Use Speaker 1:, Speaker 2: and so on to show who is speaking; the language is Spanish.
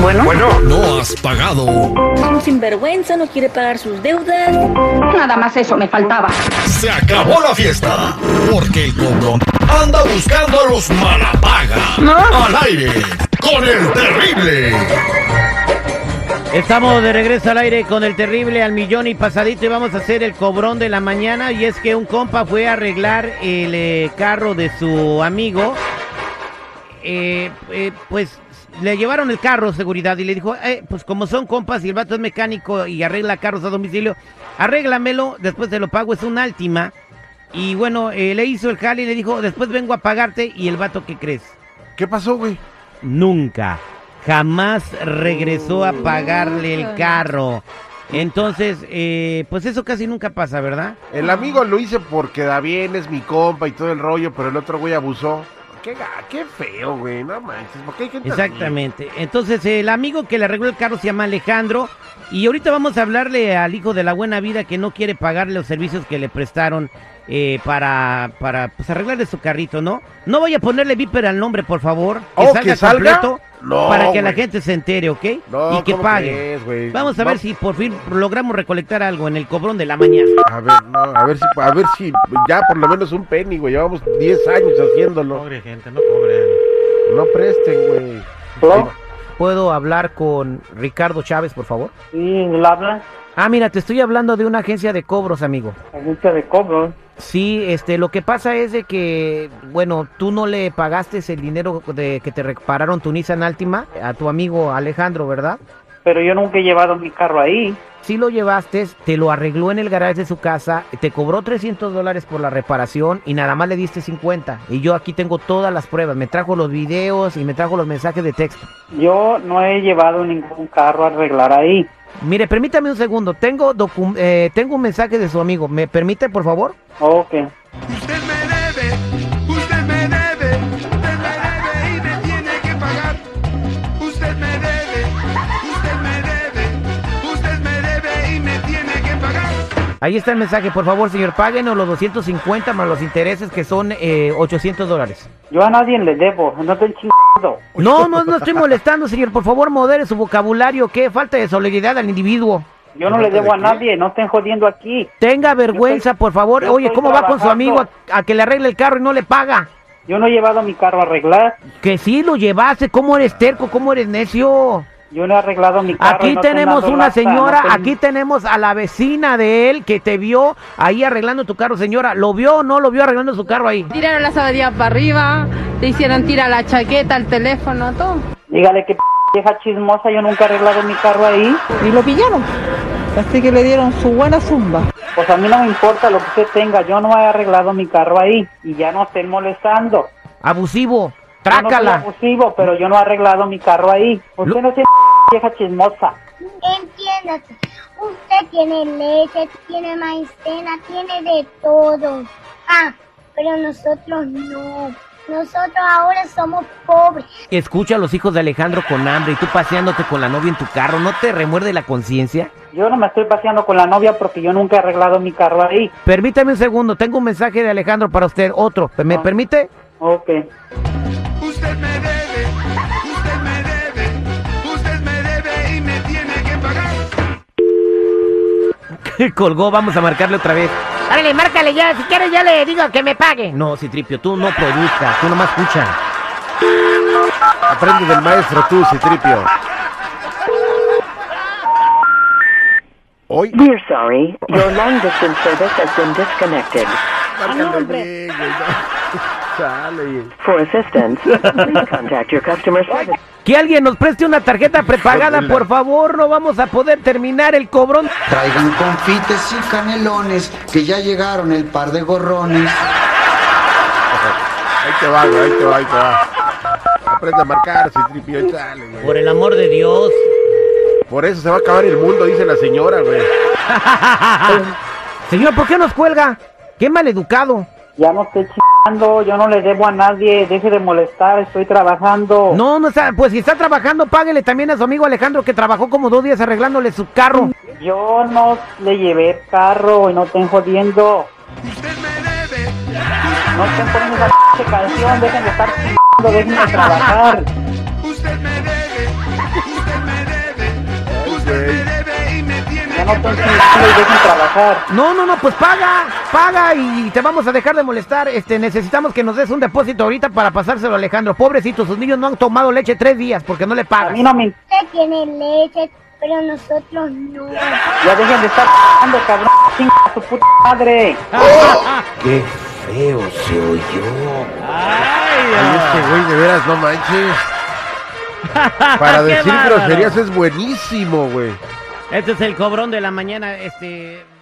Speaker 1: Bueno.
Speaker 2: Bueno. No has pagado.
Speaker 3: Un sinvergüenza no quiere pagar sus deudas.
Speaker 1: Nada más eso me faltaba.
Speaker 2: Se acabó la fiesta. Porque el cobrón anda buscando a los malapaga.
Speaker 1: ¿No?
Speaker 2: Al aire. Con el terrible.
Speaker 4: Estamos de regreso al aire con el terrible al millón y pasadito y vamos a hacer el cobrón de la mañana y es que un compa fue a arreglar el eh, carro de su amigo. Eh, eh, pues le llevaron el carro seguridad y le dijo, "Eh, pues como son compas y el vato es mecánico y arregla carros a domicilio, arréglamelo, después te lo pago, es un Altima. Y bueno, eh, le hizo el jale y le dijo, después vengo a pagarte y el vato, ¿qué crees?
Speaker 5: ¿Qué pasó, güey?
Speaker 4: Nunca, jamás regresó a pagarle el carro. Entonces, eh, pues eso casi nunca pasa, ¿verdad?
Speaker 5: El amigo lo hice porque da bien, es mi compa y todo el rollo, pero el otro güey abusó. Qué, ga- qué feo, güey, no manches, porque hay gente así?
Speaker 4: Exactamente. Entonces, el amigo que le arregló el carro se llama Alejandro. Y ahorita vamos a hablarle al hijo de la buena vida que no quiere pagarle los servicios que le prestaron eh, para, para pues, arreglarle su carrito, ¿no? No voy a ponerle viper al nombre, por favor.
Speaker 5: Oh, ¿que salga?
Speaker 4: completo
Speaker 5: No,
Speaker 4: para que la
Speaker 5: güey.
Speaker 4: gente se entere, ¿ok?
Speaker 5: No,
Speaker 4: y que
Speaker 5: ¿cómo
Speaker 4: pague.
Speaker 5: crees, güey?
Speaker 4: Vamos a ver
Speaker 5: Va-
Speaker 4: si por fin logramos recolectar algo en el cobrón de la mañana.
Speaker 5: A ver, no, a ver si, a ver si ya por lo menos un penny, güey, llevamos 10 años haciéndolo.
Speaker 6: Pobre gente, no cobren.
Speaker 5: No presten, güey.
Speaker 7: ¿Aló?
Speaker 4: ¿Puedo hablar con Ricardo Chávez, por favor?
Speaker 7: Sí, él habla,
Speaker 4: Ah, mira, te estoy hablando de una agencia de cobros, amigo.
Speaker 7: agencia de cobro.
Speaker 4: Sí, este, lo que pasa es de que, bueno, tú no le pagaste el dinero de que te repararon tu Nissan Altima a tu amigo Alejandro, ¿verdad?
Speaker 7: Pero yo nunca he llevado mi carro ahí.
Speaker 4: Sí lo llevaste, te lo arregló en el garage de su casa, te cobró 300 dólares por la reparación y nada más le diste 50. Y yo aquí tengo todas las pruebas, me trajo los videos y me trajo los mensajes de texto.
Speaker 7: Yo no he llevado ningún carro a arreglar ahí.
Speaker 4: Mire, permítame un segundo, tengo, docu- eh, tengo un mensaje de su amigo, ¿me permite, por favor?
Speaker 7: Ok.
Speaker 8: Usted me debe, usted me debe, usted me debe y me tiene que pagar. Usted me debe, usted me debe, usted me debe y me tiene que pagar.
Speaker 4: Ahí está el mensaje, por favor, señor, páguenos los 250 más los intereses que son eh, 800 dólares.
Speaker 7: Yo a nadie le debo, no estoy chingando.
Speaker 4: No, no, no estoy molestando, señor. Por favor, modere su vocabulario. ¿Qué falta de solidaridad al individuo?
Speaker 7: Yo no le debo a nadie, no estén jodiendo aquí.
Speaker 4: Tenga vergüenza, por favor.
Speaker 7: yo
Speaker 4: Oye,
Speaker 7: estoy
Speaker 4: ¿cómo va con su amigo a,
Speaker 7: trabajando.
Speaker 4: a que le arregle el carro y no le paga?
Speaker 7: Yo no he llevado mi carro a arreglar.
Speaker 4: Que sí lo llevaste. ¿Cómo eres terco? ¿Cómo eres necio?
Speaker 7: Yo no he arreglado mi carro.
Speaker 4: Aquí
Speaker 7: no te he
Speaker 4: tenemos
Speaker 7: dado
Speaker 4: una
Speaker 7: lata,
Speaker 4: señora,
Speaker 7: no te-
Speaker 4: aquí tenemos a la vecina de él que te vio ahí arreglando tu carro, señora. ¿Lo vio o no lo vio arreglando su carro ahí?
Speaker 9: Tiraron la sabadilla para arriba, te hicieron tirar la chaqueta, el teléfono, todo.
Speaker 7: Dígale que p- vieja chismosa, yo nunca he arreglado mi carro ahí.
Speaker 10: y lo pillaron. Así que le dieron su buena zumba.
Speaker 7: Pues a mí no me importa lo que usted tenga, yo no he arreglado mi carro ahí. Y ya no estén molestando.
Speaker 4: Abusivo.
Speaker 7: Yo no soy
Speaker 4: Trácala.
Speaker 7: abusivo, pero yo no he arreglado mi carro ahí. Usted
Speaker 4: Lo-
Speaker 7: no tiene vieja chismosa.
Speaker 11: Entiéndase, usted tiene leche, tiene maicena, tiene de todo. Ah, pero nosotros no. Nosotros ahora somos pobres.
Speaker 4: Escucha a los hijos de Alejandro con hambre y tú paseándote con la novia en tu carro. ¿No te remuerde la conciencia?
Speaker 7: Yo no me estoy paseando con la novia porque yo nunca he arreglado mi carro ahí.
Speaker 4: Permítame un segundo, tengo un mensaje de Alejandro para usted, otro. ¿Me
Speaker 7: Ah.
Speaker 4: permite?
Speaker 7: Ok.
Speaker 8: Usted me debe, usted me debe, usted me debe y me tiene que pagar.
Speaker 4: Colgó, vamos a marcarle otra vez. Árale, márcale ya, si quieres ya le digo que me pague. No, Citripio, tú no produzcas, tú nomás escucha.
Speaker 5: Aprende del maestro tú, Citripio. Hoy.
Speaker 10: We're sorry, your long distance service has been disconnected.
Speaker 5: Márcale al bien, güey, no. Ah, Chale, güey.
Speaker 10: For assistance, please contact your customer service.
Speaker 4: Que alguien nos preste una tarjeta prepagada,
Speaker 5: Hola.
Speaker 4: por favor, no vamos a poder terminar el cobrón.
Speaker 12: Traigan confites y canelones, que ya llegaron el par de gorrones.
Speaker 5: Ahí te va, güey, ahí te va, ahí te va. Aprende a marcar, Citripio, chale, güey.
Speaker 4: Por el amor de Dios.
Speaker 5: Por eso se va a acabar el mundo, dice la señora, güey.
Speaker 4: Señor, ¿por qué nos cuelga? Qué maleducado.
Speaker 7: Ya no estoy chingando, yo no le debo a nadie, deje de molestar, estoy trabajando.
Speaker 4: No, no está, pues si está trabajando, páguele también a su amigo Alejandro que trabajó como dos días arreglándole su carro.
Speaker 7: Yo no le llevé carro y no estén jodiendo.
Speaker 8: Usted me debe,
Speaker 7: No estén poniendo esa p- canción, dejen de estar chingando, dejen de trabajar.
Speaker 8: usted me debe, usted me
Speaker 7: no están chingando y dejen trabajar.
Speaker 4: No, no, no, pues paga, paga y te vamos a dejar de molestar. Este, necesitamos que nos des un depósito ahorita para pasárselo a Alejandro. Pobrecito, sus niños no han tomado leche tres días porque no le pagan.
Speaker 11: Usted tiene leche, pero nosotros no.
Speaker 7: Ya dejen de estar chingando, cabrón. Chinga a su puta madre.
Speaker 5: Qué feo se oyó. Ay, este güey, de veras, no manches. Para
Speaker 4: ¡Qué
Speaker 5: decir
Speaker 4: bárbaro!
Speaker 5: groserías es buenísimo, güey.
Speaker 4: Este es el cobrón de la mañana, este...